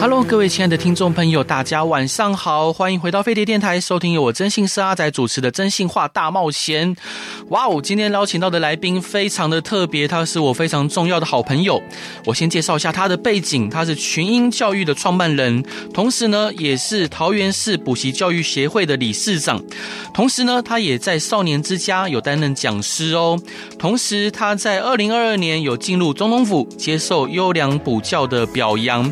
Hello，各位亲爱的听众朋友，大家晚上好，欢迎回到飞碟电台，收听由我真心是阿仔主持的《真心话大冒险》。哇哦，今天邀请到的来宾非常的特别，他是我非常重要的好朋友。我先介绍一下他的背景，他是群英教育的创办人，同时呢也是桃园市补习教育协会的理事长，同时呢他也在少年之家有担任讲师哦。同时，他在二零二二年有进入总统府接受优良补教的表扬。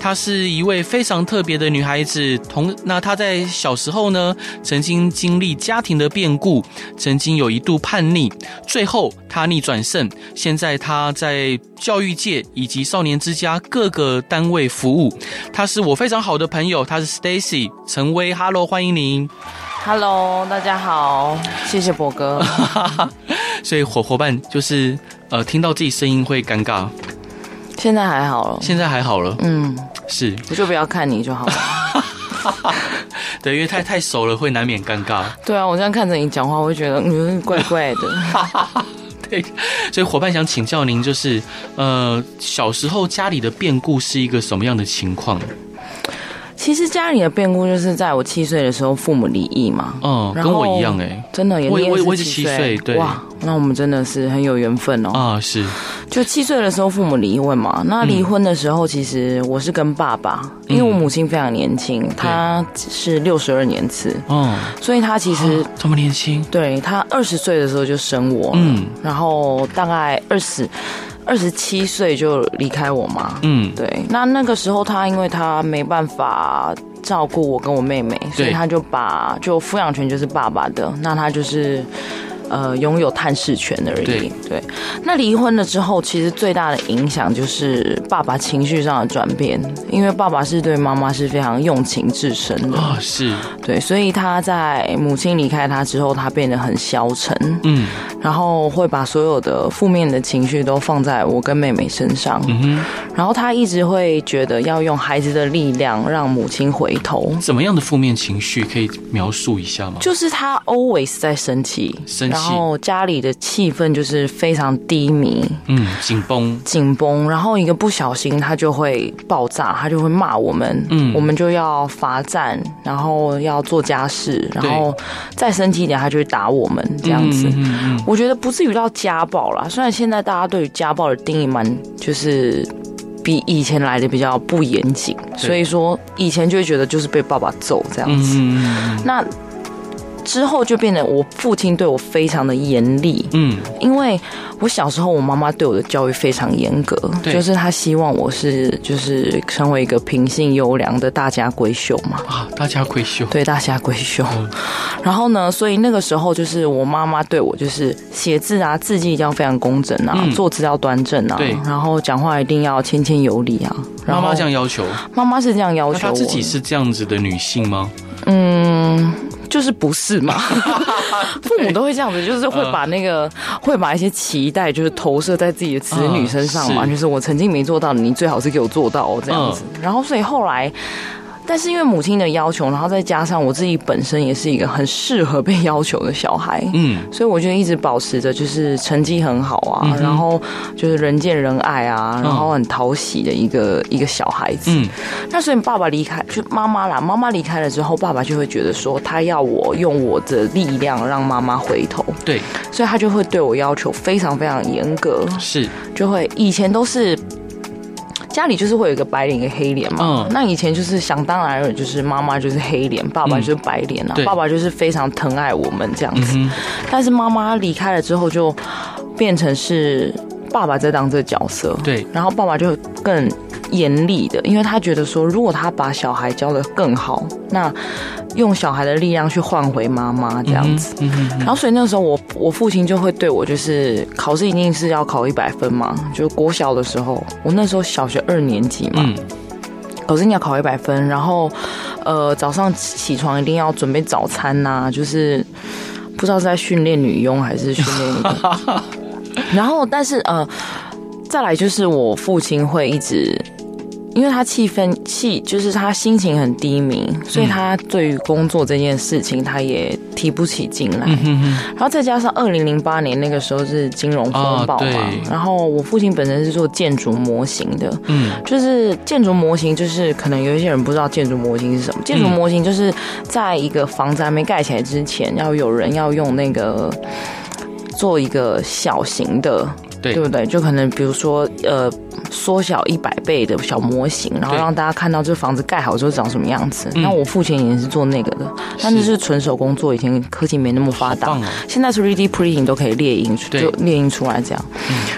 她是一位非常特别的女孩子，同那她在小时候呢，曾经经历家庭的变故，曾经有一度叛逆，最后她逆转胜。现在她在教育界以及少年之家各个单位服务。她是我非常好的朋友，她是 Stacy 陈薇，Hello，欢迎您。 Hello，大家好，谢谢博 哥。所以伙伙伴就是呃，听到自己声音会尴尬，现在还好了，现在还好了，嗯，是 我就不要看你就好了。对，因为太太熟了会难免尴尬。 对啊，我这样看着你讲话，我会觉得嗯怪怪的。对， 所以伙伴想请教您，就是呃，小时候家里的变故是一个什么样的情况？ 其实家里的变故就是在我七岁的时候，父母离异嘛。嗯，然跟我后一样哎、真欸的也我也你我也也我也是是七七岁对哇，那我们真的是很有缘分哦。啊，是就七岁的时候，父母离婚嘛。那离婚的时候，其实我是跟爸爸，因为我母亲非常年轻，她是六十二年次，哦，所以她其实这么年轻，对他二十岁的时候就生我，嗯嗯，然后大概二十二十七岁就离开我妈，嗯，对，那那个时候他因为他没办法照顾我跟我妹妹，所以他就把就抚养权就是爸爸的，那他就是。呃，拥有探视权而已。对对，那离婚了之后，其实最大的影响就是爸爸情绪上的转变，因为爸爸是对妈妈是非常用情至深的。啊、是，对，所以他在母亲离开他之后，他变得很消沉，嗯然后会把所有的负面的情绪都放在我跟妹妹身上，嗯哼，然后他一直会觉得要用孩子的力量让母亲回头。怎么样的负面情绪可以描述一下吗？就是他 always 在生气，生气然后家里的气氛就是非常低迷、嗯，紧绷，紧绷，然后一个不小心他就会爆炸，他就会骂我们，嗯我们就要罚站，然后要做家事，然后再生气一点，他就会打我们这样子。嗯嗯嗯我觉得不至于到家暴啦。虽然现在大家对于家暴的定义蛮就是。比以前来的比较不严谨，所以说以前就会觉得就是被爸爸揍这样子。嗯嗯那之后就变得我父亲对我非常的严厉，嗯因为我小时候我妈妈对我的教育非常严格，对就是她希望我是就是成为一个品性优良的大家闺秀嘛。啊，大家愧羞，对，大侠闺秀。嗯 然后呢，所以那个时候就是我妈妈对我就是写字啊，字迹一定要非常工整啊，嗯坐姿要端正啊对，然后讲话一定要谦谦有礼啊。然妈后妈这样要求，妈妈是这样要那求她我自的，己是这样子的女性吗？嗯，就是不是 嘛？父母都会这样子，就是会把那个、会把一些期待就是投射在自己的子女身上嗯嘛，是嗯就是我曾经没做到的，你最好是给我做到哦这样子。然后所以后来。但是因为母亲的要求，然后再加上我自己本身也是一个很适合被要求的小孩，嗯，所以我就一直保持着就是成绩很好啊，然后就是人见人爱啊，然后很讨喜的一个、一个小孩子。嗯那所以爸爸离开，就妈妈啦，妈妈离开了之后，爸爸就会觉得说，他要我用我的力量让妈妈回头，对，所以他就会对我要求非常非常严格，是，就会以前都是。家里就是会有一个白脸跟黑脸嘛，嗯那以前就是想当然尔，就是妈妈就是黑脸，爸爸就是白脸啊，对爸爸就是非常疼爱我们这样子。嗯但是妈妈离开了之后，就变成是爸爸在当这个角色，对，然后爸爸就更严厉的，因为他觉得说，如果他把小孩教得更好，那用小孩的力量去换回妈妈这样子。嗯嗯然后，所以那时候我我父亲就会对我，就是考试一定是要考一百分嘛，就国小的时候，我那时候小学二年级嘛，嗯，考试你要考一百分，然后呃早上起床一定要准备早餐呐、就是不知道是在训练女佣还是训练 一个。然后，但是呃，再来就是我父亲会一直，因为他气氛气就是他心情很低迷，所以他对于工作这件事情他也提不起劲来。嗯哼然后再加上二零零八年那个时候是金融风暴哦嘛，对然后我父亲本身是做建筑模型的，嗯就是建筑模型，就是可能有一些人不知道建筑模型是什么。建筑模型就是在一个房子还没盖起来之前，要有人要用那个做一个小型的，对对不对？就可能比如说呃，缩小一百倍的小模型，然后对让大家看到这房子盖好之后长什么样子。嗯那我父亲也是做那个的，但是是是纯手工做，以前科技没那么发达棒哦，现在 3D printing 都可以列印出，对嗯就列印出来这样。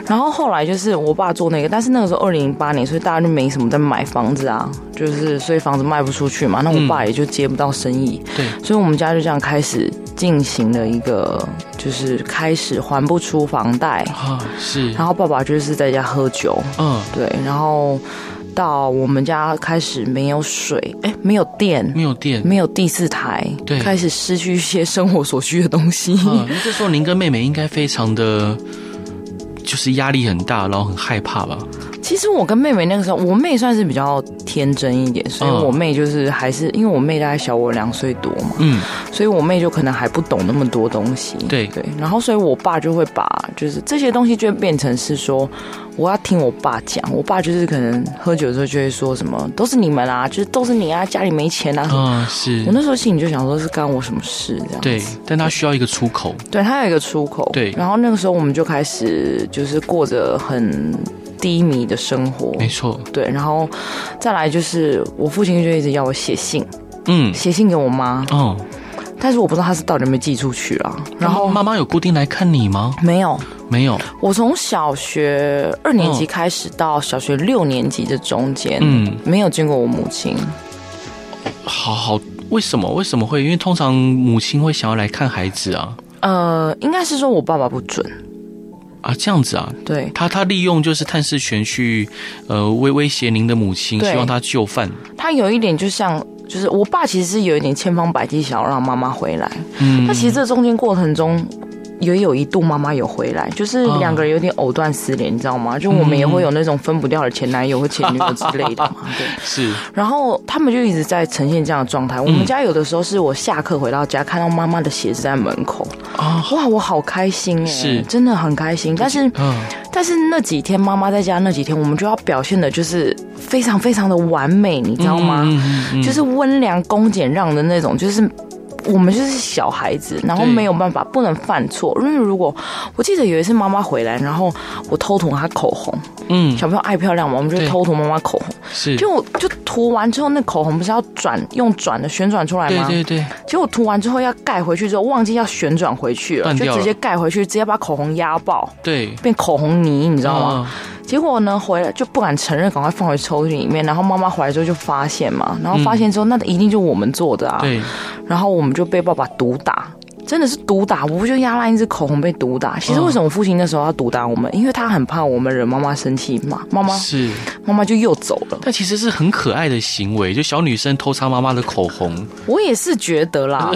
然后后来就是我爸做那个，但是那个时候二零零八年，所以大家就没什么在买房子啊，就是所以房子卖不出去嘛，那嗯我爸也就接不到生意，对，所以我们家就这样开始进行了一个，就是开始还不出房贷，啊是，然后爸爸就是在家喝酒，嗯对，然后到我们家开始没有水，哎，没有电。没有电，没有第四台，嗯对开始失去一些生活所需的东西。嗯，那这时候您跟妹妹应该非常的，就是压力很大，然后很害怕吧？其实我跟妹妹那个时候，我妹算是比较天真一点，所以嗯我妹就是还是因为我妹大概小我两岁多嘛，嗯，所以我妹就可能还不懂那么多东西。对对，然后所以我爸就会把就是这些东西就会变成是说，我要听我爸讲，我爸就是可能喝酒的时候就会说什么都是你们啊，就是都是你啊，家里没钱啊什么。啊是我，那时候心里就想说，是干我什么事这样子？对，但她需要一个出口，对，它有一个出口。对然后那个时候我们就开始就是过着很低迷的生活。没错，对，然后再来就是我父亲就一直要我写信，嗯。写信给我妈，哦，但是我不知道他是到底有没有寄出去啊。然然后后妈妈有固定来看你吗？没有，没有，我从小学二年级嗯开始到小学六年级的中间，嗯，没有见过我母亲。好好，为什么？为什么会？因为通常母亲会想要来看孩子啊呃，应该是说我爸爸不准，啊，这样子啊，对他他利用就是探视权去，呃，威威胁您的母亲，对希望她就范。他有一点就像。就是我爸其实是有一点千方百计想要让妈妈回来，嗯那其实这中间过程中，也有一度妈妈有回来，就是嗯两个人有点藕断丝连，你知道吗？就我们也会有那种分不掉的前男友或前女友之类的嗯嘛。对。是然后他们就一直在呈现这样的状嗯态。我们家有的时候是我下课回到家，看到妈妈的鞋子在门口，啊，哇，我好开心哎、是真的很开心。但是嗯，但是那几天妈妈在家那几天，我们就要表现的就是非常非常的完美，你知道吗？嗯嗯嗯就是温良恭俭让的那种，就是。我们就是小孩子，然后对没有办法，不能犯错。因为如果我记得有一次妈妈回来，然后我偷涂她口红，嗯，小朋友爱漂亮嘛，我们就对偷涂妈妈口红。是，就我就涂完之后，那口红不是要转用转的旋转出来对吗？对对，结果涂完之后要盖回去之后，忘记要旋转回去了，断掉就了直接盖回去，直接把口红压爆，对，变口红泥，你知道吗？啊？结果呢，回来就不敢承认，赶快放回抽屉里面。然后妈妈回来之后就发现嘛，然后发现之后，那一定就我们做的啊。嗯对，然后我们就被爸爸毒打，真的是毒打，我不就压烂一支口红被毒打。其实嗯为什么我父亲那时候要毒打我们？因为他很怕我们惹妈妈生气嘛，妈妈是，妈妈就又走了。哦但其实是很可爱的行为，就小女生偷擦妈妈的口红，我也是觉 得啦，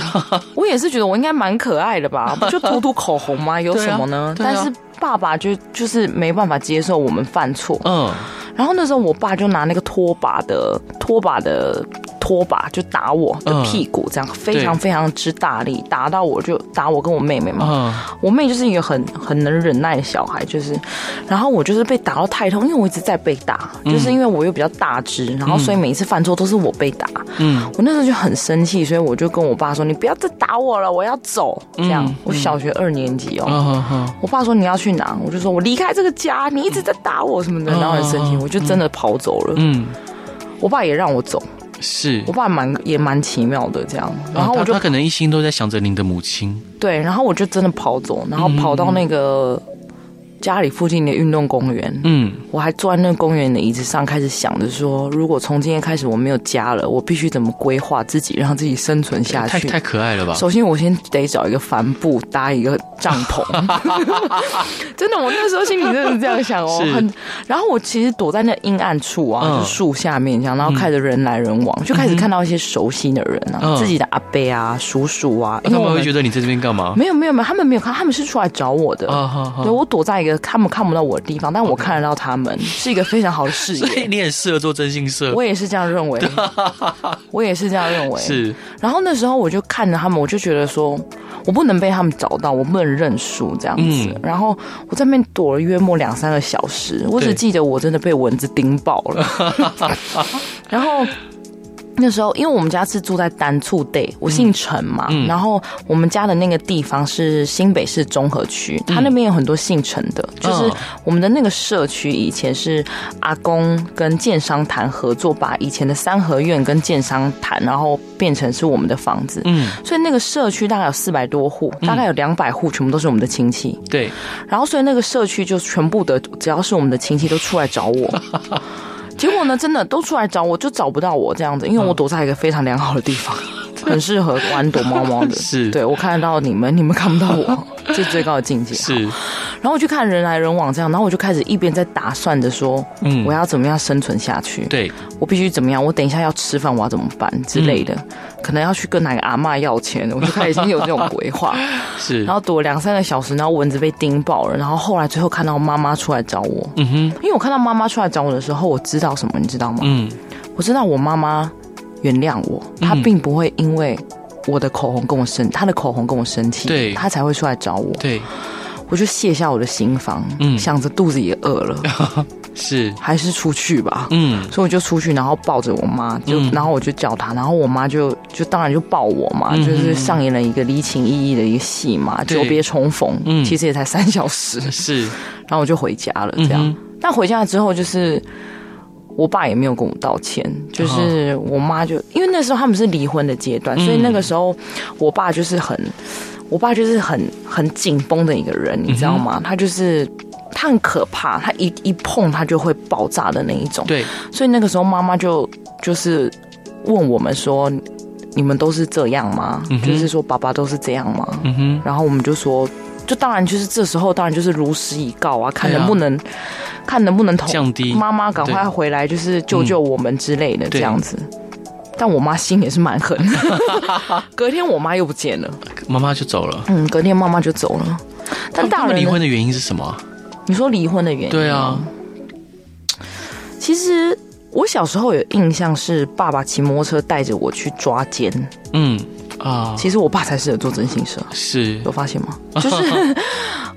我也是觉得我应该蛮可爱的吧，不就涂涂口红吗？有什么呢？对啊对啊但是爸爸就就是没办法接受我们犯错，嗯，然后那时候我爸就拿那个拖把的拖把的拖把就打我的屁股，这样、非嗯常非常之大力，打到我就打我跟我妹妹嘛。啊，我妹就是一个很很能忍耐的小孩，就是，然后我就是被打到太痛，因为我一直在被打，就是因为我又比较大只，然后所以每一次犯错都是我被打。嗯，我那时候就很生气，所以我就跟我爸说：“你不要再打我了，我要走。”这样，嗯我小学二年级哦。啊哈哈，我爸说你要去哪，我就说我离开这个家，你一直在打我什么的，嗯然后很生气，嗯我就真的跑走了。嗯，我爸也让我走，是我。爸蛮也蛮奇妙的这样，然后啊我她就她可能一心都在想着您的母亲，嗯对，然后我就真的跑走，然后跑到那个家里附近的运动公园，嗯，我还坐在那个公园的椅子上，开始想着说，如果从今天开始我没有家了，我必须怎么规划自己，让自己生存下太去。太可爱了吧？首先，我先得找一个帆布搭一个帐 篷。真的，我那时候心里真的是这样想哦是，很。然后我其实躲在那阴暗处啊，嗯就树下面这样，然后看着人来人往，就开始看到一些熟悉的人啊，嗯自己的阿伯啊、叔叔啊，那他因为们我会觉得你在这边干嘛？没有没有没有，他们没有看，他们是出来找我的。啊哈哈对，我躲在一个他们看不到我的地方，但我看得到他们，是一个非常好的 视所以野。你很适合做真心社，我也是这 样认为，我也是这样认为。是然后那时候我就看着他们，我就觉得说，我不能被他们找到，我不能认输这样子。嗯然后我在那边躲了约莫两三个小时，我只对记得我真的被蚊子叮爆 了。然后那时候，因为我们家是住在单处地，我姓陈嘛，然后我们家的那个地方是新北市中和区，它那边有很多姓陈的，嗯就是我们的那个社区以前是阿公跟建商谈合作，把以前的三合院跟建商谈，然后变成是我们的房子，嗯，所以那个社区大概有四百多户，大概有两百户全部都是我们的亲戚，对，然后所以那个社区就全部的只要是我们的亲戚都出来 找我。结果呢，真的都出来找我，就找不到我这样子，因为我躲在一个非常良好的地 方，很适合玩躲猫猫的。是对我看得到你们，你们看不到 我，这是最高的境界。是，然后我就看人来人往这样，然后我就开始一边在打算着说，嗯我要怎么样生存下去？对，我必须怎么样？我等一下要吃饭，我要怎么办之类嗯的？可能要去跟哪个阿嬷要钱，我就开始已经有这种 规划。是，然后躲两三个小时，然后蚊子被叮爆了，然后后来最后看到妈妈出来找我，嗯哼，因为我看到妈妈出来找我的时候，我知道什么，你知道吗？嗯，我知道我妈妈原谅我，她并不会因为我的口红跟我生，她的口红跟我生气，对她才会出来找我。对，我就卸下我的心防，嗯想着肚子也饿 了，是，还是出去吧。嗯，所以我就出去，然后抱着我妈，就、嗯然后我就叫她，然后我妈就就当然就抱我嘛，嗯就是上演了一个离情依依的一个戏嘛，对久别重逢，嗯其实也才三小时，是，然后我就回家了，嗯这样。哼但回家之后就是。我爸也没有跟我道歉，就是我妈就因为那时候他们是离婚的阶段，哦嗯所以那个时候我爸就是很，我爸就是很很紧绷的一个人，你知道嗯吗？他就是他很可怕，他一一碰他就会爆炸的那一种。对，所以那个时候妈妈就就是问我们说，你们都是这样吗？嗯哼就是说爸爸都是这样吗？嗯哼，然后我们就说，就当然就是这时候当然就是如实以告啊，看对啊能不能、看能不能同降低，妈妈赶快对回来，就是救救我们之类的对这样子。但我妈心也是蛮狠， 隔天我妈又不见了，妈妈就走了。嗯，隔天妈妈就走了。但他大们人离呢婚的原因是什么啊？你说离婚的原因？对啊，其实我小时候有印象是爸爸骑摩托车带着我去抓奸，嗯啊，其实我爸才适合做真心社，是有发现吗？就是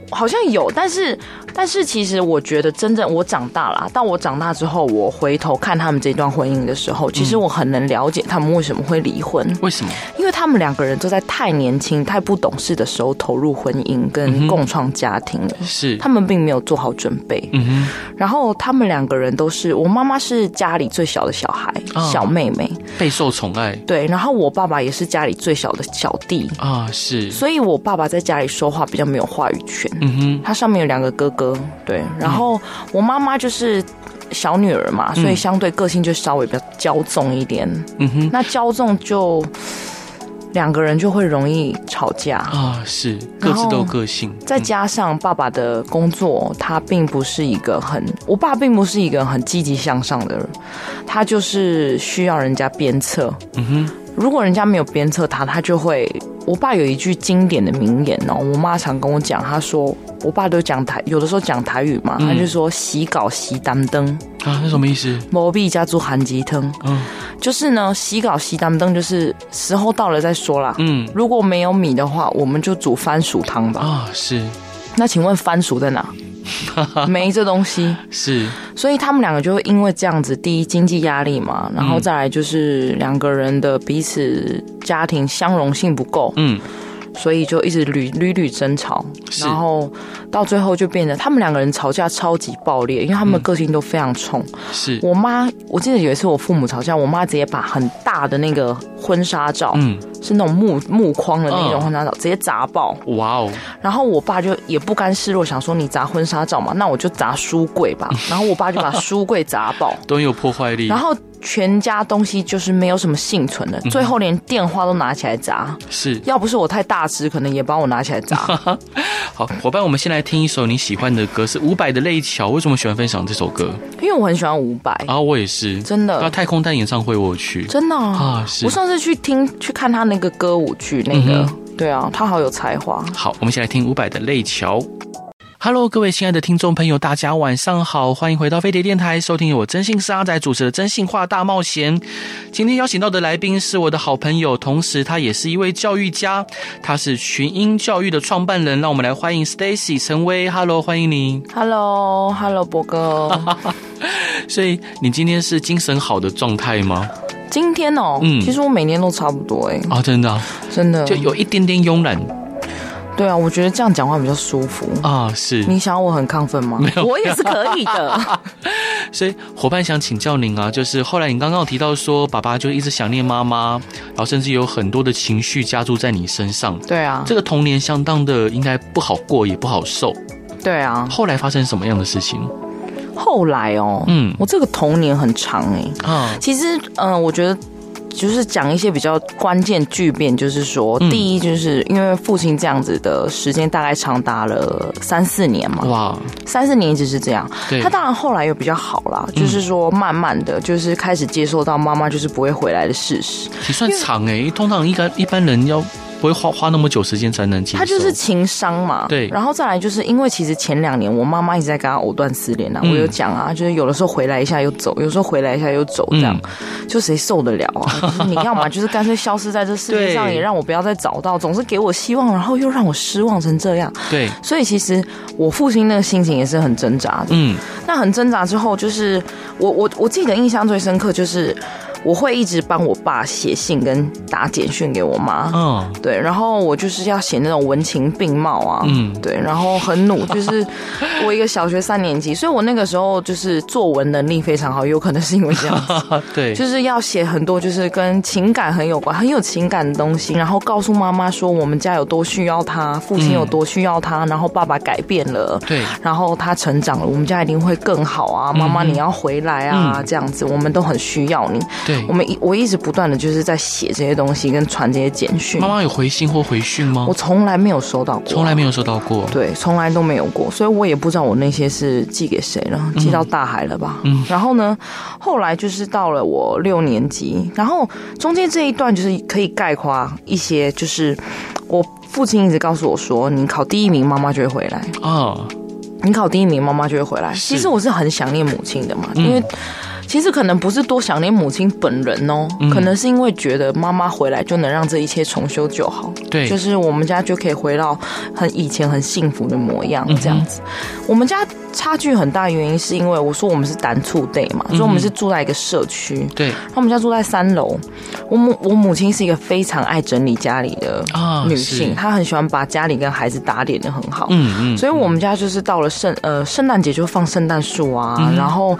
好像有，但是但是其实我觉得真正我长大了，当我长大之后，我回头看他们这段婚姻的时候，其实我很能了解他们为什么会离婚， 为什么？因为他们两个人都在太年轻、太不懂事的时候投入婚姻跟共创家庭了。是他们并没有做好准备，嗯哼，然后他们两个人都是，我妈妈是家里最小的小孩，啊小妹妹，备受宠爱对，然后我爸爸也是家里最小的小弟，啊，是所以我爸爸在家里说话比较没有话语权。嗯哼，他上面有两个哥哥，对，然后我妈妈就是小女儿嘛，所以相对个性就稍微比较骄纵一点。嗯哼那骄纵就两个人就会容易吵架。啊，是各然自后都有个性，再加上爸爸的工作，他并不是一个很，我爸并不是一个很积极向上的人，他就是需要人家鞭策。嗯哼，如果人家没有鞭策他，他就会。我爸有一句经典的名言哦，我妈常跟我讲，她说我爸都讲台，有的时候讲台语嘛，嗯他就说“洗稿洗担灯，啊，那什么意思？毛必加注韩吉汤”，嗯就是呢，洗稿洗担灯就是时候到了再说啦。嗯如果没有米的话，我们就煮番薯汤吧。啊，是那请问番薯在 哪？没这东西，是所以他们两个就会因为这样子，第一经济压力嘛，然后嗯再来就是两个人的彼此家庭相容性不够，嗯所以就一直屡屡屡争吵，是然后到最后就变得他们两个人吵架超级爆裂，因为他们个性都非常冲。是我妈，我记得有一次我父母吵架，我妈直接把很大的那个婚纱照嗯是那种木木框的那种嗯婚纱照，直接砸爆。哇哦，然后我爸就也不甘示弱，想说你砸婚纱照嘛，那我就砸书 柜吧。然后我爸就把书柜砸爆，都很有破坏力然，后全家东西就是没有什么幸存嗯的，最后连电话都拿起来砸。是要不是我太大只，可能也帮我拿起来砸。好伙伴。我们先来听一首你喜欢的歌，是伍佰的《泪桥》。为什么喜欢分享这首歌？因为我很喜欢伍佰，啊，我也是，真的那太空蛋演唱会我有去，真的啊！啊是我上次去听去看他那个歌舞剧，那个、嗯对啊，他好有才华。好，我们先来听伍佰的《泪桥》。Hello，各位亲爱的听众朋友，大家晚上好，欢迎回到飞碟电台，收听由我真心是阿仔主持的《真心话大冒险》。今天邀请到的来宾是我的好朋友，同时他也是一位教育家，他是群英教育的创办人。让我们来欢迎 Stacy 陈威。Hello，欢迎你。 Hello，Hello，博哥，所以你今天是精神好的状态吗？今天哦，嗯其实我每年都差不多哎、啊，真的啊、真的就。有一点点慵懒对啊，我觉得这样讲话比较舒服。啊，是。你想我很亢奋吗？我也是可 以的。所以伙伴想请教您啊，就是后来你刚刚有提到说，爸爸就一直想念妈妈，然后甚至有很多的情绪加注在你身上，对啊，这个童年相当的应该不好过，也不好受。对啊。后来发生什么样的事情？后来哦，嗯我这个童年很长哎、啊，其实，嗯、我觉得。就是讲一些比较关键巨变，就是说，嗯第一，就是因为父亲这样子的时间大概长达了三四年嘛，哇，三四年一直是这样。哦对嗯他，当然后来又比较好啦，就是说慢慢的，就是开始接受到妈妈就是不会回来的事实。也算长诶、通常一个一般人要不会花花那么久时间才能接受。他就是情商嘛，对然后再来就是因为其实前两年我妈妈一直在跟他藕断丝连啊，嗯我有讲啊，就是有的时候回来一下又走，有时候回来一下又嗯走，这样、就谁受得了 啊？就是你要嘛就是干脆消失在这世界上，对也让我不要再找到，总是给我希望，然后又让我失望成这样。对，所以其实我父亲那个心情也是很挣扎的。嗯，那很挣扎之后，就是我我我自己的印象最深刻就是。我会一直帮我爸写信跟打简讯给我妈，嗯，对，然后我就是要写那种文情并茂啊，嗯对，然后很努，就是我一个小学三年级，所以我那个时候就是作文能力非常好，有可能是因为这样 子，哈哈，啊对，就是要写很多就是跟情感很有关、很有情感的东西，然后告诉妈妈说我们家有多需要他，父亲有多需要他，然后爸爸改变了。对，然后他成长了，我们家一定会更好啊！妈妈，你要回来啊！这样子，我们都很需要你。对我。们一我一直不断的就是在写这些东西，跟传这些简讯。妈妈有回信或回讯吗我？从来没有收到过，从来没有收到过。对，从来都没有过，所以我也不知道我那些是寄给谁了，寄到大海了吧？嗯，然后呢，后来就是到了我六年级，然后中间这一段就是可以概括一些，就是我父亲一直告诉我说，你考第一名，妈妈就会回来；啊，你考第一名，妈妈就会回来。是嗯其实我是很想念母亲的嘛，因为。其实可能不是多想念母亲本人哦，嗯可能是因为觉得妈妈回来就能让这一切重修旧好，对，就是我们家就可以回到很以前很幸福的模样这样嗯子。我们家差距很大，原因是因为我说我们是单处 day 嗯嘛，所以我们是住在一个社区。对然后我们家住在三楼，我母我母亲是一个非常爱整理家里的啊，女是性，，她很喜欢把家里跟孩子打理的很好。嗯嗯，所以我们家就是到了圣呃圣诞节就放圣诞树啊，嗯然后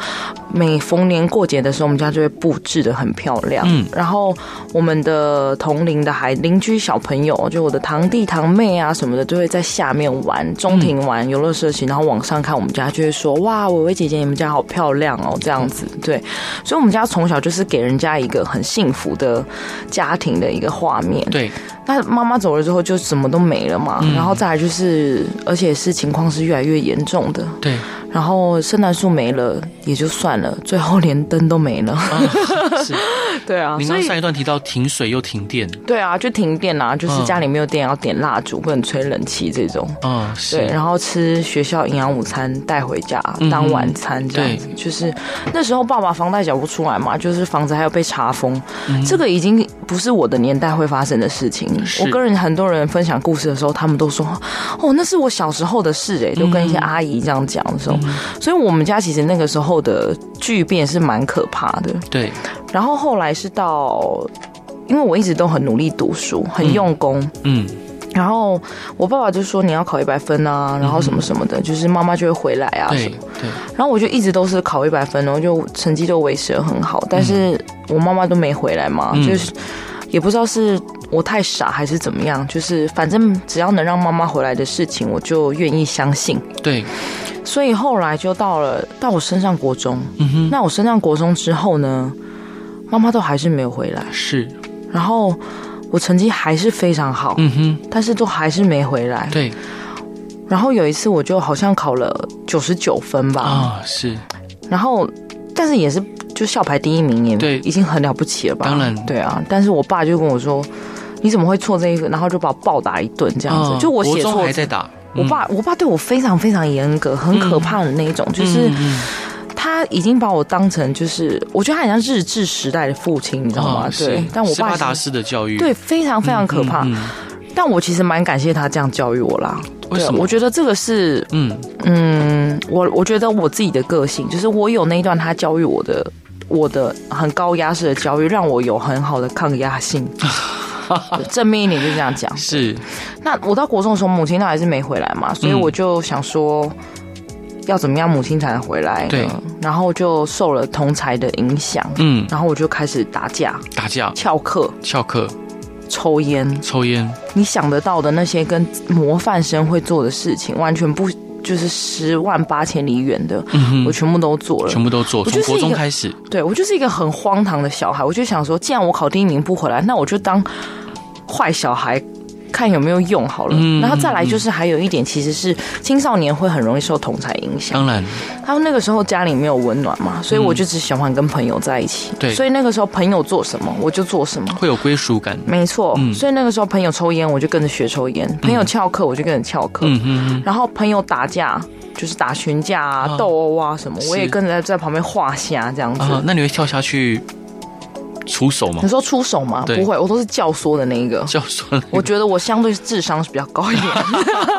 每逢年过节的时候，我们家就会布置的很漂亮。嗯然后我们的同龄的孩邻居小朋友，就我的堂弟堂妹啊什么的，就会在下面玩中庭嗯玩游乐设施，然后往上看我们家，就会说哇，伟伟姐姐你们家好漂亮哦，这样嗯子。对，所以我们家从小就是给人家一个很幸福的家庭的一个画面。对，那妈妈走了之后就什么都没了嘛，嗯然后再来就是，而且是情况是越来越严重的，对，然后圣诞树没了也就算了，最后连灯都没了。啊， 是。 对啊您所刚以上一段提到停水又停电，对啊，就停电啊，就是嗯家里没有电要点蜡烛，不能吹冷气这种。嗯，是，对，然后吃学校营养午餐带回家嗯当晚餐这样子，就是那时候爸爸房贷缴不出来嘛，就是房子还要被查封，嗯这个已经不是我的年代会发生的事情。是我跟人很多人分享故事的时候，他们都说：“哦，那是我小时候的事嗯哎、都跟一些阿姨这样讲的时候，所以我们家其实那个时候的巨变是蛮可怕的。对，然后后来是到，因为我一直都很努力读书，很用功。嗯，然后我爸爸就说你要考一百分啊，然后什么什么的，就是妈妈就会回来啊嗯对什么。，对，然后我就一直都是考一百分，哦然后就成绩都维持得很好，但是我妈妈都没回来嘛，嗯就是也不知道是我太傻还是怎么样，就是反正只要能让妈妈回来的事情，我就愿意相信。对，所以后来就到了到我升上国中，嗯哼，那我升上国中之后呢，妈妈都还是没有回来，是，然后我成绩还是非常好，嗯哼，但是都还是没回来。对然后有一次我就好像考了九十九分吧，啊、是，然后但是也是就校排第一名也对已经很了不起了吧？当然对啊。但是我爸就跟我说：“你怎么会错这一个？”然后就把我暴打一顿这样子。嗯就我国写中错还，在嗯打，我爸我爸对我非常非常严格，很可怕的那一种，嗯就是嗯嗯他已经把我当成就是，我觉得他很像日治时代的父亲，你知道吗？哦对是，但我斯巴爸达是式的教育，对非常非常可怕。嗯，但我其实蛮感谢他这样教育我啦。为对什么？我觉得这个是嗯，嗯，我我觉得我自己的个性，就是我有那一段他教育我的，我的很高压式的教育，让我有很好的抗 压性。对正面一点就这样讲。是，那我到国中的时候，母亲她还是没回来嘛，所以嗯我就想说，要怎么样母亲才能回来？对，然后就受了同才的影响，嗯，然后我就开始打架、打架、翘课、翘课、抽烟，抽烟，你想得到的那些跟模范生会做的事情，完全不就是十万八千里远的，嗯我哼，全部都做了全。部都做，我从就是国一中个开始，对我就是一个很荒唐的小孩，我就想说，既然我考第一名不回来，那我就当坏小孩。看有没有用好了，嗯然后再来就是还有一点，其实是青少年会很容易受同才影响。当然，他们那个时候家里没有温暖嘛，所以嗯我就只喜欢跟朋友在一起。对所以那个时候朋友做什么我就做什么。会有归属感，没错，嗯所以那个时候朋友抽烟，我就跟着学抽烟；朋友翘课，我就跟着翘课。嗯哼，然后朋友打架，就是打群架啊啊、斗殴啊什么，我也是跟着在旁边画虾这样子。啊，那你会跳下去出手吗你？说出手吗？对不会，我都是教唆的那一个。 教唆我觉得我相对智商是比较高一点，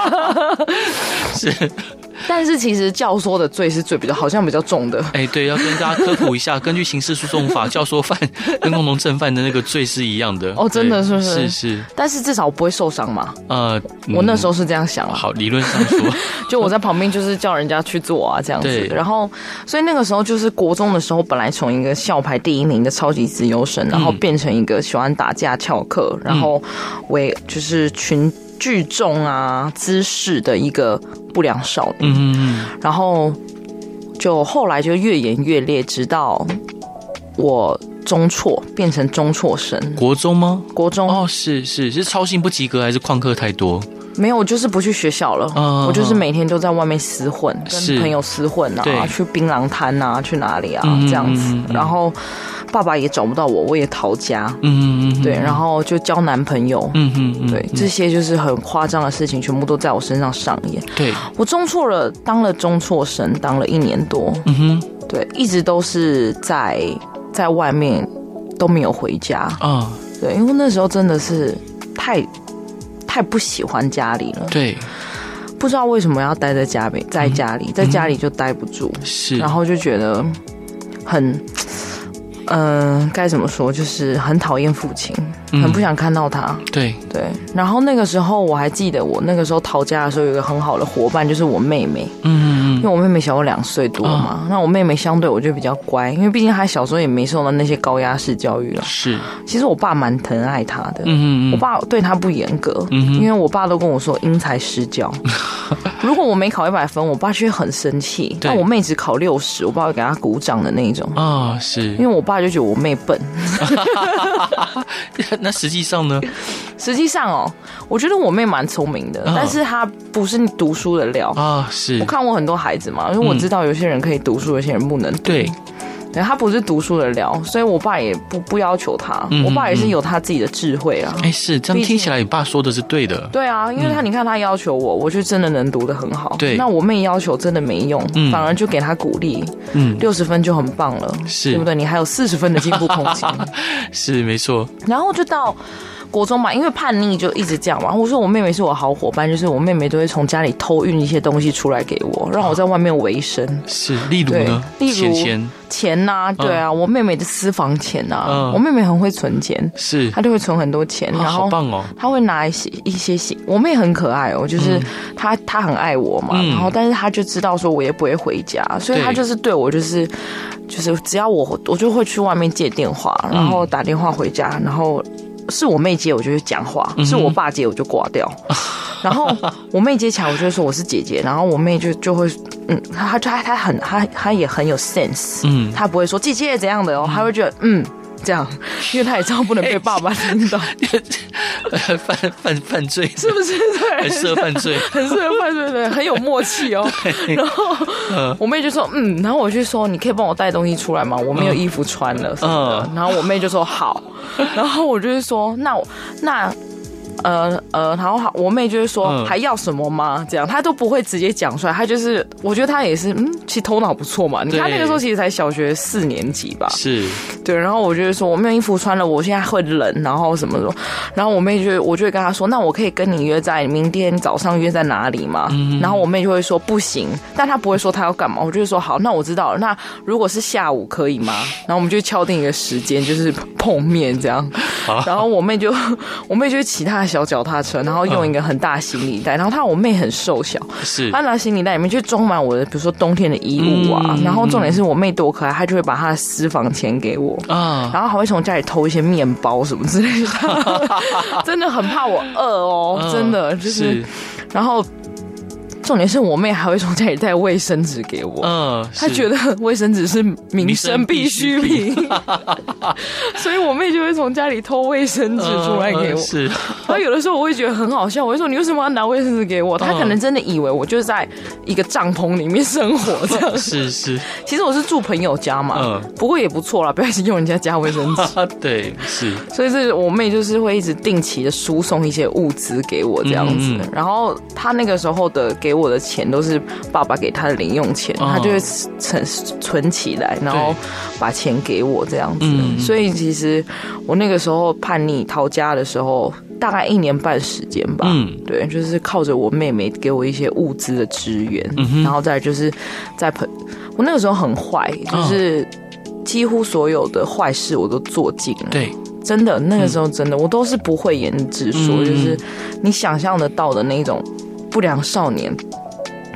是，但是其实教唆的罪是罪比较好像比较重的。哎，对，要跟大家科普一下，根据刑事诉讼法，教唆 犯跟共同正犯的那个罪是一样的。哦真的对是不是是是，但是至少我不会受伤嘛，呃，我那嗯时候是这样想啊，好，理论上说， 就我在旁边就是叫人家去做啊这样子对。然后，所以那个时候就是国中的时候，本来从一个校排第一名的超级资优生，然嗯后变成一个喜欢打架翘课，然后为就是群聚众啊滋事的一个不良少年。嗯嗯然后就后来就越演越烈，直到我中辍变成中辍生，嗯，国中吗？国中、哦，是是是操性不及格还是旷课太多？没有，我就是不去学校了，嗯我就是每天都在外面厮混，是跟朋友厮混对啊，去槟榔摊啊，去哪里啊、嗯这样子嗯嗯，嗯然后爸爸也找不到我，我也逃家，嗯嗯嗯，对，然后就交男朋友。嗯嗯嗯，对，这些就是很夸张的事情，全部都在我身上上演。对，我中辍了，当了中辍生，当了一年多，嗯哼，对，一直都是在在外面都没有回家，啊，对，因为那时候真的是太太不喜欢家里了，对，不知道为什么要待在家里，嗯在家里，在家里就待不住，是，然后就觉得很。嗯，该怎么说？就是很讨厌父亲，很嗯不想看到他。对，对，然后那个时候我还记得，我那个时候逃家的时候，有一个很好的伙伴，就是我妹妹。嗯嗯因为我妹妹小我两岁多嘛，哦那我妹妹相对我就比较乖，因为毕竟她小时候也没受到那些高压式教育了嗯，。是，其实我爸蛮疼爱她的，嗯嗯我嗯，爸对她不严格，因为我爸都跟我说因材 施教。如果我没考一百分，我爸却很生气；对但我妹只考六十，我爸会给她鼓掌的那一种。啊，是因，为我爸就觉得我妹笨， 那实际上呢？实际上哦，我觉得我妹蛮聪明的，嗯但是她不是读书的料。啊，是我，看过很多孩子嘛，因为我嗯知道有些人可以读书，有些人不能读。对，对他不是读书的料，所以我爸也不不要求他，嗯我爸也是有他自己的智慧啊。哎，是这毕样竟听起来，你爸说的是对的，对啊，因为他你看他要求我，我就真的能读得很好。对那我妹要求真的没用，嗯反而就给他鼓励，嗯，六十分就很棒了，是对不对？你还有四十分的进步空 间。是没错，然后就到国中嘛，因为叛逆就一直这样嘛。我说我妹妹是我好伙伴，就是我妹妹都会从家里偷运一些东西出来给我，让我在外面维生。是，例如呢，对例如钱钱钱呐、对啊，我妹妹的私房钱呐、嗯我妹妹很会存钱，是，她就会存很多钱，啊然后好棒哦， 他会拿一些一些信，我妹很可爱哦，就是她她很爱我嘛，嗯然后但是她就知道说我也不会回家，所以对她就是对我就是就是只要我我就会去外面借电话，然后打电话回家，然后是我妹接我就去讲话，嗯哼是我爸接我就挂 掉。然后我妹接起来，我就会说我是姐姐。然后我妹就就会，嗯，她她她很她她也很有 sense，嗯她不会说姐姐怎样的哦，她会觉得嗯这样，因为她也知道不能被爸爸 听到，犯犯犯罪，是不是？对，很适合犯罪。 很适合派对对，很有默 契哦。然后、我妹就说，嗯，然后我就说，你可以帮我带东西出来吗？我没有衣服穿了什么的。嗯然后我妹就 说好，然后我就是说，那我那。呃呃，然后我妹就是说、嗯还要什么吗？这样她都不会直接讲出来，她就是我觉得她也是，嗯，其实头脑不错嘛。你看她那个时候其实才小学四年级吧，是，对，然后我就会说我没有衣服穿了，我现在会冷，然后什么的。然后我妹就会我就会跟她说，那我可以跟你约在明天早上约在哪里吗？嗯然后我妹就会说不行，但她不会说她要干嘛，我就会说好，那我知道了。那如果是下午可以吗？然后我们就敲定一个时间，就是碰面这样。啊然后我妹就我妹就会骑她的小脚踏车，然后用一个很大的行李袋，然后她我妹很瘦小，嗯是他拿行李袋里面就装满我的，比如说冬天的衣物啊。嗯然后重点是我妹多可爱，她就会把她的私房钱给我。啊， 然后还会从家里偷一些面包什么之类 的，真的很怕我饿哦，嗯真的就是。是，然后重点是我妹还会从家里带卫生纸给我，嗯，她是觉得卫生纸是民生必需品， 所以我妹就会从家里偷卫生纸出来给嗯我。是，然后有的时候我会觉得很好笑，我会说你为什么要拿卫生纸给嗯我？他可能真的以为我就是在一个帐篷里面生 活这样。嗯是是，其实我是住朋友家嘛嗯，不过也不错啦，不要一直用人家家卫生纸。啊，对，是，所以是我妹就是会一直定期的输送一些物资给我这样子，嗯嗯嗯然后她那个时候的给我的钱都是爸爸给她的零用钱，哦她就会存存起来，然后把钱给我这样子。嗯嗯所以其实我那个时候叛逆逃家的时候，大概一年半时间吧。嗯对，就是靠着我妹妹给我一些物资的支援，嗯然后再来就是在朋，我那个时候很坏，哦就是几乎所有的坏事我都做尽了。对，真的，那个时候真的，我都是不会言之说，嗯就是你想象得到的那种不良少年、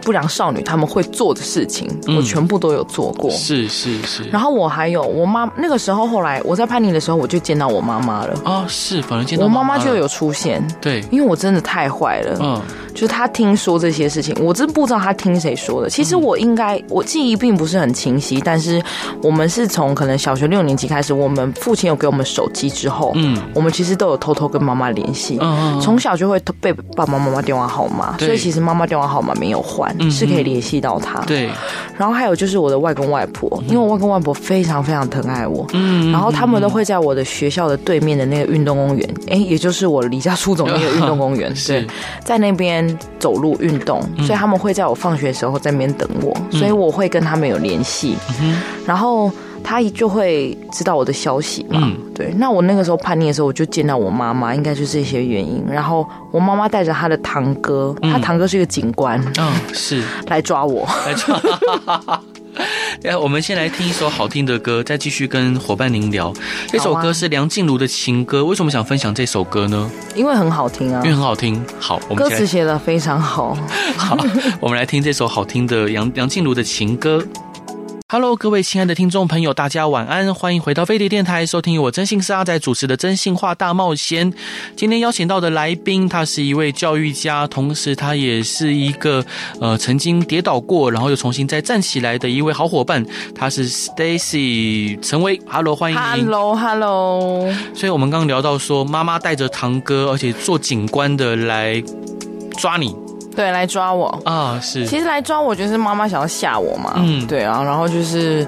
不良少女他们会做的事情，嗯我全部都有做过。是是是。然后我还有我妈，那个时候后来我在叛逆的时候，我就见到我妈妈了，哦，是，反而见到我妈妈就了有出现，对，因为我真的太坏了，嗯就是他听说这些事情，我真不知道他听谁说的。其嗯实我应该我记忆并不是很清晰，但是我们是从可能小学六年级开始，我们父亲有给我们手机之后，嗯我们其实都有偷偷跟妈妈联系。嗯，从小就会偷被爸爸妈妈电话号码，对所以其实妈妈电话号码没有换，嗯是可以联系到他。对，然后还有就是我的外公外婆，因为我外公外婆非常非常疼爱我，嗯，，然后他们都会在我的学校的对面的那个运动公园，哎，也就是我离家出走那个运动公 园是嗯对，在那边走路运动，所以他们会在我放学的时候在那边等我，所以我会跟他们有联系，嗯然后他就会知道我的消息嘛。嗯对，那我那个时候叛逆的时候，我就见到我妈妈，应该就是这些原因。然后我妈妈带着她的堂哥，她堂哥是一个警官，嗯是，来抓我。 来唱。哎，我们先来听一首好听的歌，再继续跟伙伴您聊。这首好啊歌是梁静茹的情歌，为什么想分享这首歌呢？因为很好听啊因为，很好听。好，我们歌先词来，写的非常好。 好，我们来听这首好听的梁梁静茹的情歌。Hello，各位亲爱的听众朋友，大家晚安，欢迎回到飞碟电台，收听由我真心是阿仔主持的《真心话大冒险》。今天邀请到的来宾，他是一位教育家，同时他也是一个呃曾经跌倒过，然后又重新再站起来的一位好伙伴。他是 Stacy 陈威，Hello，欢迎您。 Hello，Hello，所以我们刚刚聊到说，妈妈带着堂哥，而且做警官的来抓你对，来抓我。啊，是，其实来抓我就是妈妈想要吓我嘛，嗯嗯，对啊，然后就是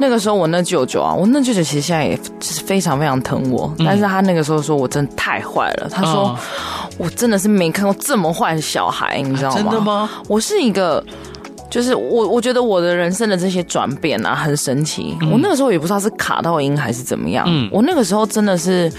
那个时候我那舅舅啊，我那舅舅其实现在也就是非常非常疼我，嗯但是他那个时候说我真的太坏了，他说、啊我真的是没看过这么坏的小孩，你知道吗？真的？吗？我是一个。就是我，我觉得我的人生的这些转变啊，很神奇。我那个时候也不知道是卡到音还是怎么样。嗯我那个时候真的是，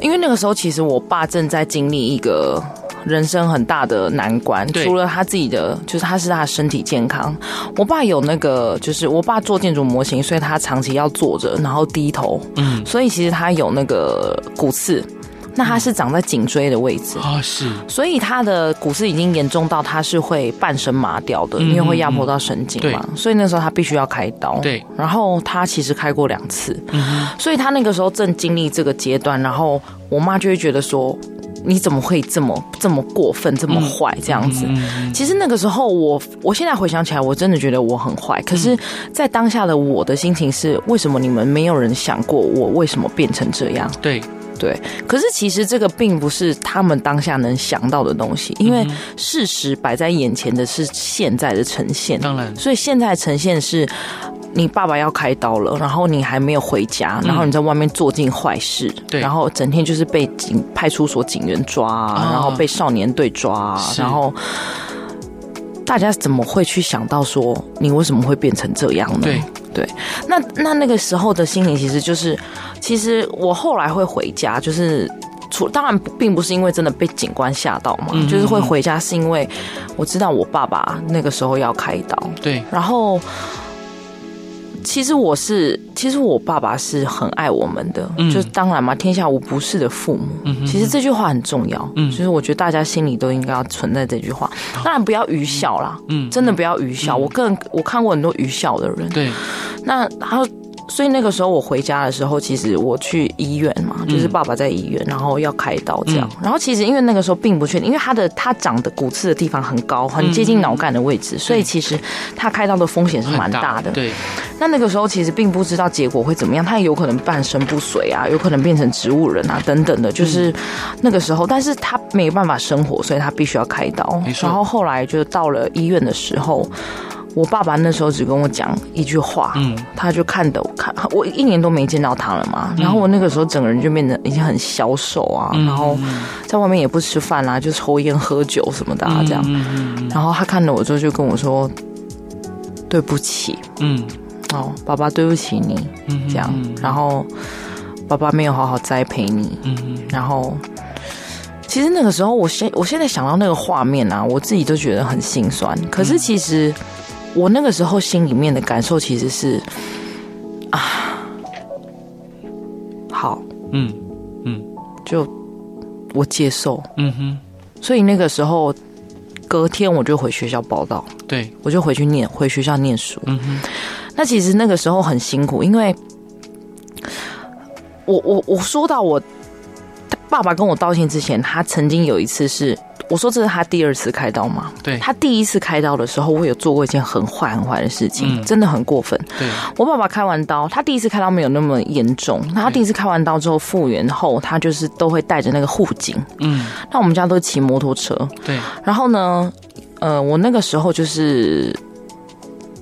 因为那个时候其实我爸正在经历一个人生很大的难关，对除了他自己的，就是他是他的身体健康。我爸有那个，就是我爸做建筑模型，所以他长期要坐着，然后低头，嗯所以其实他有那个骨刺。那它是长在颈椎的位置，啊，是所以它的骨刺已经严重到它是会半身麻掉的，嗯因为会压迫到神经嘛嗯，所以那时候他必须要开刀。对，然后他其实开过两次，嗯哼所以他那个时候正经历这个阶段，然后我妈就会觉得说，你怎么会这么这么过分，这么坏这样子？嗯嗯其实那个时候我，我现在回想起来，我真的觉得我很坏。可是，在当下的我的心情是，为什么你们没有人想过我为什么变成这样？对，对，可是其实这个并不是他们当下能想到的东西，因为事实摆在眼前的是现在的呈现。当然所以现在的呈现是，你爸爸要开刀了，然后你还没有回家，然后你在外面做尽坏事，嗯对然后整天就是被警派出所警员抓啊、啊然后被少年队抓啊、是然后。大家怎么会去想到说你为什么会变成这样呢？对，对，那那那个时候的心情其实就是，其实我后来会回家，就是除当然不并不是因为真的被警官吓到嘛，嗯就是会回家是因为我知道我爸爸那个时候要开刀，对，然后其实我是，其实我爸爸是很爱我们的，嗯就是当然嘛，天下无不是的父母。嗯哼其实这句话很重要，嗯就是我觉得大家心里都应该要存在这句话，当然不要愚孝啦，嗯真的不要愚孝。我个人我看过很多愚孝的人，对，那然后，所以那个时候我回家的时候，其实我去医院嘛，就是爸爸在医院，然后要开刀这样。然后其实因为那个时候并不确定，因为他的他长的骨刺的地方很高，很接近脑干的位置，所以其实他开刀的风险是蛮很嗯大的。对，那那个时候其实并不知道结果会怎么样，他也有可能半身不遂啊，有可能变成植物人啊等等的，就是嗯那个时候，但是他没办法生活，所以他必须要开刀没。错然后后来就到了医院的时候。我爸爸那时候只跟我讲一句话，嗯他就看的我看我一年都没见到他了嘛，然后我那个时候整个人就变得已经很消瘦啊，嗯然后在外面也不吃饭啦、啊就抽烟喝酒什么的、啊、这样，嗯嗯然后他看了我之后就跟我说对不起，嗯哦，爸爸对不起你，嗯，这样，嗯然后爸爸没有好好栽培你，嗯然后其实那个时候，我现我现在想到那个画面啊，我自己都觉得很心酸。可是其实我那个时候心里面的感受其实是啊，好，嗯就我接受。嗯哼，所以那个时候，隔天我就回学校报道，对，我就回去念回学校念书。嗯哼，那其实那个时候很辛苦，因为我我我说到我爸爸跟我道歉之前，他曾经有一次是我说这是他第二次开刀嘛。对，他第一次开刀的时候，我有做过一件很坏很坏的事情，嗯真的很过分。对，我爸爸开完刀，他第一次开刀没有那么严重，那他第一次开完刀之后复原后，他就是都会带着那个护颈。嗯，那我们家都骑摩托车，对，然后呢，呃，我那个时候就是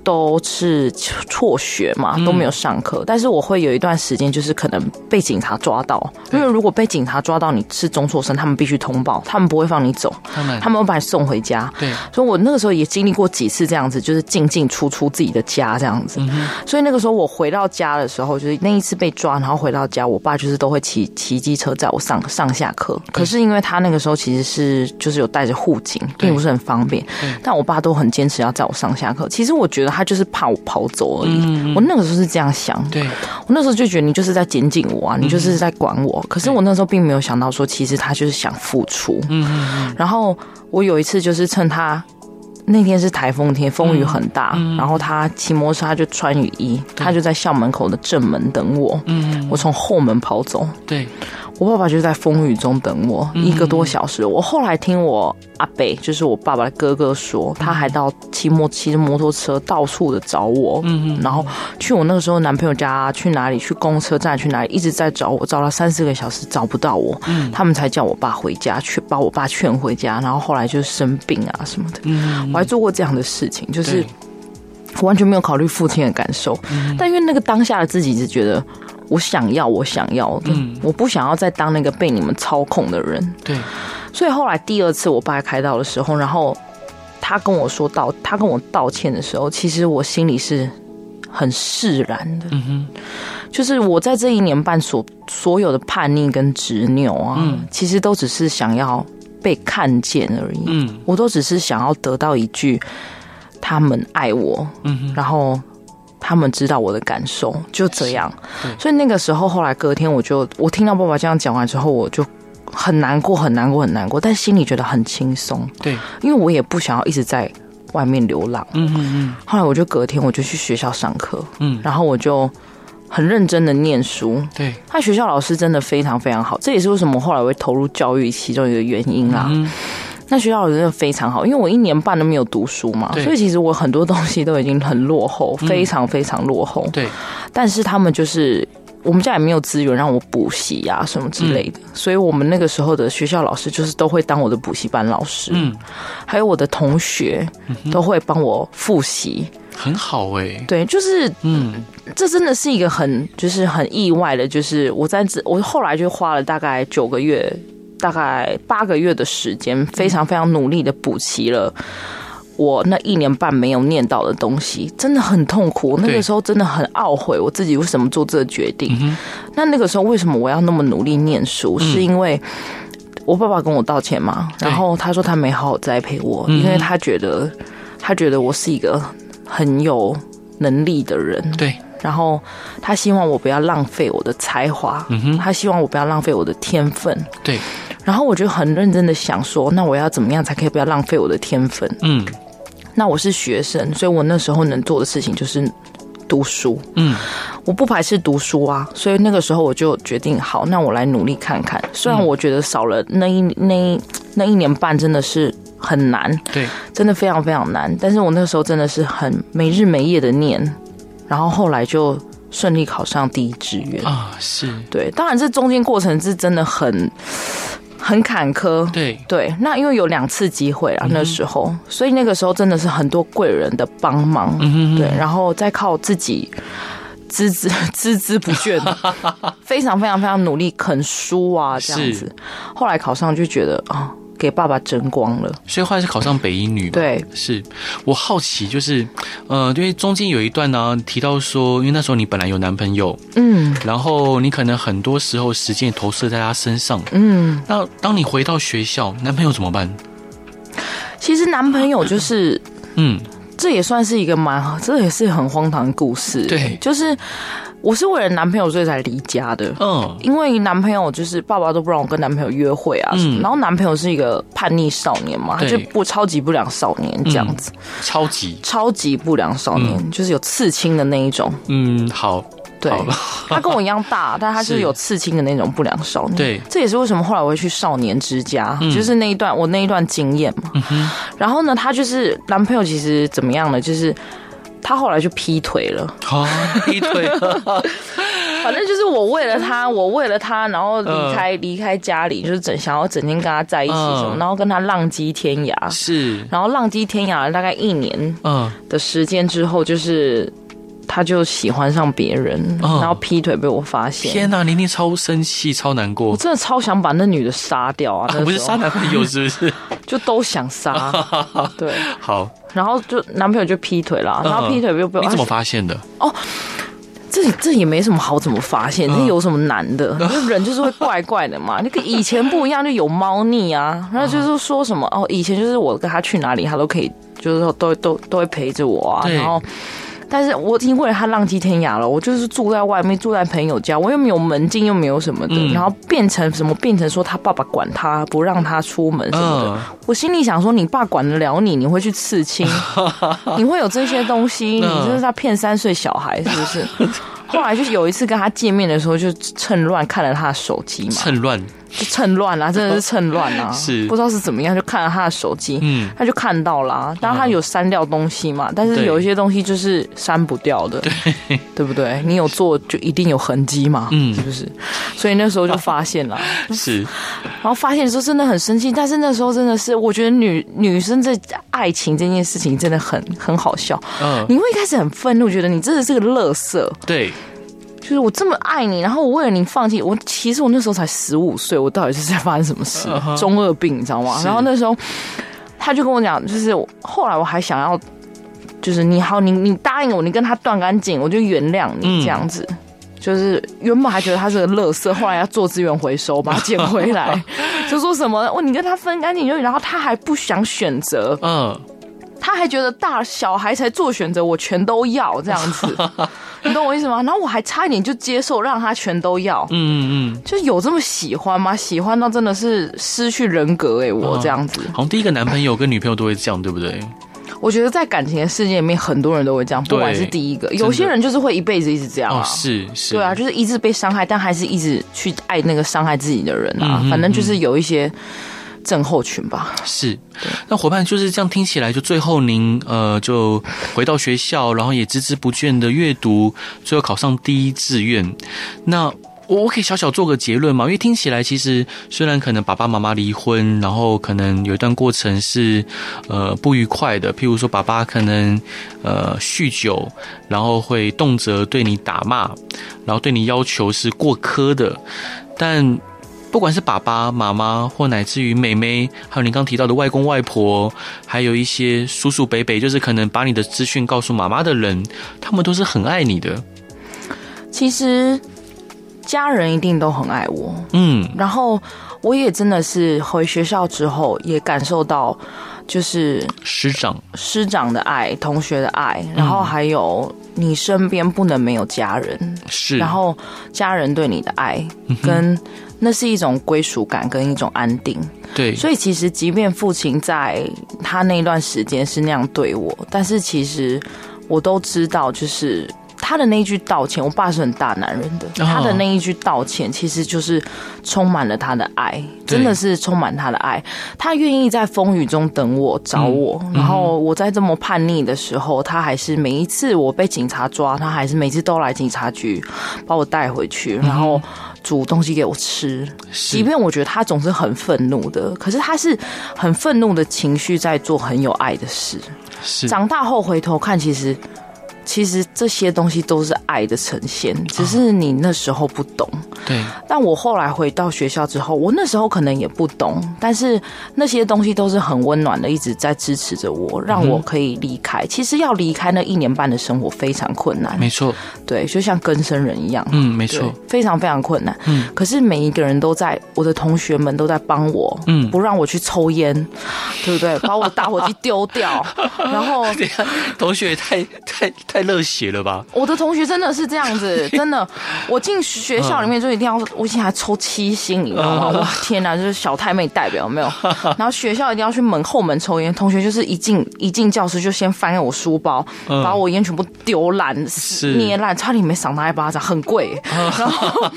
都是辍学嘛，都没有上课。但是我会有一段时间，就是可能被警察抓到，因对为如果被警察抓到你是中辍生，他们必须通报，他们不会放你走，他们，他们会把你送回家。对，所以我那个时候也经历过几次这样子，就是进进出出自己的家这样子。嗯哼，所以那个时候我回到家的时候，就是那一次被抓，然后回到家，我爸就是都会骑骑机车载我上上下课。可是因为他那个时候其实是就是有带着护颈，对并不是很方便对。但我爸都很坚持要载我上下课。其实我觉得他就是怕我跑走而已。嗯我那个时候是这样想，对，我那时候就觉得你就是在监禁我啊，你嗯就是在管我。可是我那时候并没有想到说，其实他就是想付出。嗯嗯然后我有一次就是趁他那天是台风天，风雨很大，然后他骑摩托车，他就穿雨衣，他就在校门口的正门等我。嗯我从后门跑走，嗯，对，我爸爸就在风雨中等我、一个多小时。我后来听我阿北，就是我爸爸的哥哥说，他还到骑摩骑着摩托车到处的找我，嗯嗯，然后去我那个时候男朋友家，去哪里，去公车站，去哪里，一直在找我，找了三四个小时找不到我，嗯他们才叫我爸回家，去把我爸劝回家，然后后来就生病啊什么的，嗯，我还做过这样的事情，就是对嗯我完全没有考虑父亲的感受，但因为那个当下的自己只觉得我想要，我想要的，嗯我不想要再当那个被你们操控的人，对，所以后来第二次我爸开刀的时候，然后他跟我说道，他跟我道歉的时候，其实我心里是很释然的，嗯哼，就是我在这一年半所所有的叛逆跟执拗啊，嗯其实都只是想要被看见而已，嗯我都只是想要得到一句他们爱我，嗯哼，然后他们知道我的感受，就这样是对。所以那个时候，后来隔天我就我听到爸爸这样讲完之后，我就很难过，很难过，很难过，但心里觉得很轻松，对，因为我也不想要一直在外面流浪。嗯嗯后来我就隔天我就去学校上课，嗯嗯，然后我就很认真的念书。对，他学校老师真的非常非常好，这也是为什么我后来会投入教育其中一个原因啦。嗯那学校真的非常好，因为我一年半都没有读书嘛，对嗯所以其实我很多东西都已经很落后，非常非常落后。对，但是他们就是我们家也没有资源让我补习呀、什么之类嗯的，所以我们那个时候的学校老师就是都会当我的补习班老师，嗯，还有我的同学都会帮我复习。很好哎、对，就是嗯这真的是一个很就是很意外的，就是我在这我后来就花了大概九个月，大概八个月的时间，非常非常努力的补齐了。我那一年半没有念到的东西，真的很痛苦。我那对嗯个时候真的很懊悔，我自己为什么做这个决定。哼嗯那那个时候为什么我要那么努力念书？是因为我爸爸跟我道歉嘛，对然后他说他没好好栽培我，嗯哼因为他觉得他觉得我是一个很有能力的人，对，然后他希望我不要浪费我的才华，嗯哼，他希望我不要浪费我的天分。对，然后我就很认真的想说，那我要怎么样才可以不要浪费我的天分？嗯那我是学生，所以我那时候能做的事情就是读书。嗯我不排斥读书啊，所以那个时候我就决定，好，那我来努力看看。虽然我觉得少了那一那一那一年半真的是很难，对，真的非常非常难。但是我那个时候真的是很没日没夜的念，然后后来就顺利考上第一志愿。啊是，对，当然这中间过程是真的很很坎坷。对对，那因为有两次机会嗯啊，那时候，所以那个时候真的是很多贵人的帮忙，嗯对，然后再靠自己孜孜 孜孜不倦， 非常非常非常努力啃书啊，这样是子。后来考上就觉得啊，给爸爸争光了，所以后来是考上北医女嘛，对，是我好奇，就是，呃，因为中间有一段呢、提到说，因为那时候你本来有男朋友，嗯然后你可能很多时候时间也投射在他身上。嗯。那当你回到学校，男朋友怎么办？其实男朋友就是，嗯，这也算是一个蛮，这也是很荒唐的故事。对就是我是为了男朋友所以才离家的。嗯，因为男朋友就是爸爸都不让我跟男朋友约会啊，嗯然后男朋友是一个叛逆少年嘛，他对嗯就不超级不良少年这样子，超级，超级不良少年、就是有刺青的那一种，嗯，好，对嗯好，他跟我一样大，但他是是有刺青的那种不良少年， 对这也是为什么后来我会去少年之家，嗯就是那一段我那一段经验嘛，然后呢，他就是男朋友其实怎么样呢，就是。他后来就劈腿了，好，劈腿了，反正就是我为了他，我为了他，然后离嗯开离、开家里，就是整想要整天跟他在一起什么，嗯然后跟他浪迹天涯， 是，然后浪迹天涯了大概一年嗯，的时间之后，就是他就喜欢上别人，嗯然后劈腿被我发现。天哪、你一定超生气，超难我过。真的超想把那女的杀掉啊！那时啊、候不是杀男朋友是不是？就都 想杀， 对，好，然后就男朋友就劈腿啦，嗯然后劈腿又被我你怎么发现的？这这也没什么好怎么发现，嗯这有什么难 的？就人就是会怪怪的嘛，那个以前不一样，就有猫腻嗯啊。然后就是说什么哦，以前就是我跟他去哪里，他都可以，就是说都都都会陪着我啊。对然后，但是我已经为了他浪迹天涯了，我就是住在外面，住在朋友家，我又没有门禁，又没有什么的，嗯然后变成什么？变成说他爸爸管他，不让他出门什么的。嗯，我心里想说，你爸管得了你，你会去 刺青，你会有这些东西，你嗯这是在骗三岁小孩是 不是？后来就是有一次跟他见面的时候，就趁乱看了他的手机嘛，趁乱，就趁乱啦、真的是趁乱 啦、是不知道是怎么样，就看了他的手机，嗯他就看到啦、当然他有删掉东西嘛，但是对有一些东西就是删不掉的，对不对？你有做就一定有痕迹嘛，嗯是不是？所以那时候就发现了。是，然后发现的时候真的很生气，但是那时候真的是，我觉得女女生这爱情这件事情真的很很好笑。嗯，你会一开始很愤怒，觉得你真的是个垃圾，对，就是我这么爱你，然后我为了你放弃我。其实我那时候才十五岁，我到底是在发生什么事嗯哼中二病，你知道吗？是然后那时候他就跟我讲，就是我后来我还想要，就是你好，你你答应我，你跟他断干净，我就原谅嗯你这样子。就是原本还觉得他是个垃圾，后来要做资源回收，把它捡回 来，就说什么哦，你跟他分干净，就然后他还不想选择，嗯，他还觉得大小孩才做选择，我全都要这样 子，你懂我意思吗？然后我还差一点就接受让他全都要，嗯嗯就是有这么喜欢吗？喜欢到真的是失去人格哎、我这样子，嗯，好像第一个男朋友跟女朋友都会这样，对不对？我觉得在感情的世界里面，很多人都会这样，不管是第一个，的有些人就是会一辈子一直这样啊。哦，是是，对啊，就是一直被伤害，但还是一直去爱那个伤害自己的人啊。嗯反正就是有一些症候群吧。是，那伙伴就是这样听起来，就最后您呃就回到学校，然后也孜孜不倦的阅读，最后考上第一志愿。那我我可以小小做个结论嘛？因为听起来其实虽然可能爸爸妈妈离婚，然后可能有一段过程是呃不愉快的，譬如说爸爸可能呃酗酒，然后会动辄对你打骂，然后对你要求是过苛的，但不管是爸爸妈妈，或乃至于妹妹，还有您刚提到的外公外婆，还有一些叔叔伯伯，就是可能把你的资讯告诉妈妈的人，他们都是很爱你的。其实家人一定都很爱我，嗯然后我也真的是回学校之后，也感受到就是师长，师长的爱、同学的爱，然后还有你身边不能没有家人。是，然后家人对你的爱，跟那是一种归属感跟一种安定。对，所以其实，即便父亲在他那段时间是那样对我，但是其实我都知道，就是他的那一句道歉，我爸是很大男人的，哦他的那一句道歉其实就是充满了他的爱，对真的是充满他的爱。他愿意在风雨中等我、找我，然后我在这么叛逆的时候，他还是每一次我被警察抓，他还是每次都来警察局把我带回去，然后嗯煮东西给我吃，即是，便我觉得他总是很愤怒的，可是他是很愤怒的情绪在做很有爱的事。是，长大后回头看，其实其实这些东西都是爱的呈现，只是你那时候不懂。对，但我后来回到学校之后，我那时候可能也不懂，但是那些东西都是很温暖的，一直在支持着我，让我可以离开。其实要离开那一年半的生活非常困难，没错，对，就像跟生人一样。嗯，没对错，，非常非常困难。嗯可是每一个人都在，我的同学们都在帮我，嗯不让我去抽烟，对不对？把我打火机丢 掉，然后对呀， 同学也太太太热血了吧？我的同学真的是这 样子，真的，我进学校里面就一定要，我以前还抽七星，你知啊道吗？哇，天哪，就是小太妹代表有 没有？然后学校一定要去门后门抽烟，同学就是一进一进教室就先翻开我书包，嗯把我烟全部丢烂、是啊捏烂，差点没赏他一巴掌，很贵。然 后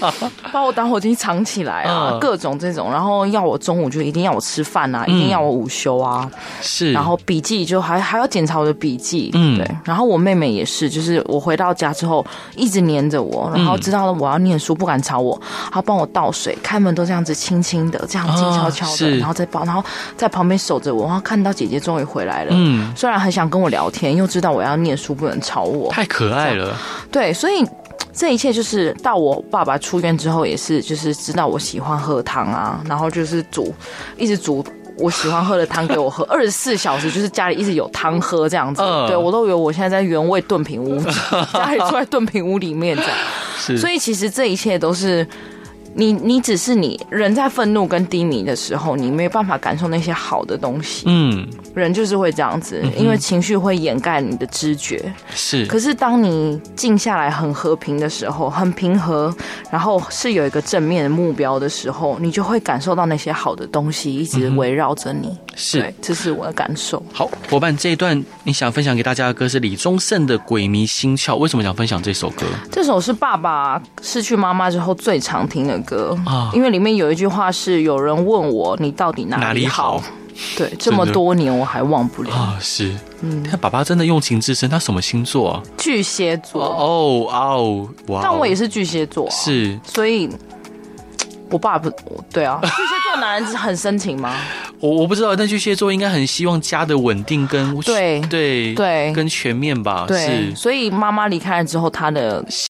把我打火机藏起来啊嗯，各种这种，然后要我中午就一定要我吃饭啊，一定要我午休啊，是，然后笔记就还还要检查我的笔记，嗯对。然后我妹妹也是，就是我回到家之后一直黏着我，然嗯后知道了我要念书，不敢吵我，她帮我倒水，开门都这样子轻轻的，这样静悄悄啊的，是然后再抱，然后在旁边守着我，然后看到姐姐终于回来了，嗯，虽然很想跟我聊天，又知道我要念书，不能吵我，太可爱了，对，所以。这一切就是到我爸爸出院之后，也是就是知道我喜欢喝汤啊，然后就是煮，一直煮我喜欢喝的汤给我喝，二十四小时就是家里一直有汤喝这样子。嗯对我都以为我现在在原味炖 品屋，家里住在炖品屋里面这样。是，所以以其实这一切都是你，你只是你人在愤怒跟低迷的时候，你没有办法感受那些好的东西。嗯，人就是会这样子，因为情绪会掩盖你的知觉。是，可是当你静下来很和平的时候，很平和，然后是有一个正面的目标的时候，你就会感受到那些好的东西一直围绕着你。是对，这是我的感受。好，伙伴，这一段你想分享给大家的歌是李宗盛的《鬼迷心窍》，为什么想分享这首歌？这首是爸爸失去妈妈之后最常听的歌啊因为里面有一句话是有人问我你到底哪哪里里好？好对，这么多年我还忘不了。啊，是，嗯但爸爸真的用情至深，他什么星座啊？巨蟹哦座，哦哦，哇哦！但我也是巨蟹座、啊，，是，所以我爸不，对啊，巨蟹座男人很深情吗？我我不知道，但巨蟹座应该很希望家的稳定跟对对对跟全面吧，对，啊是所以妈妈离开了之后，他的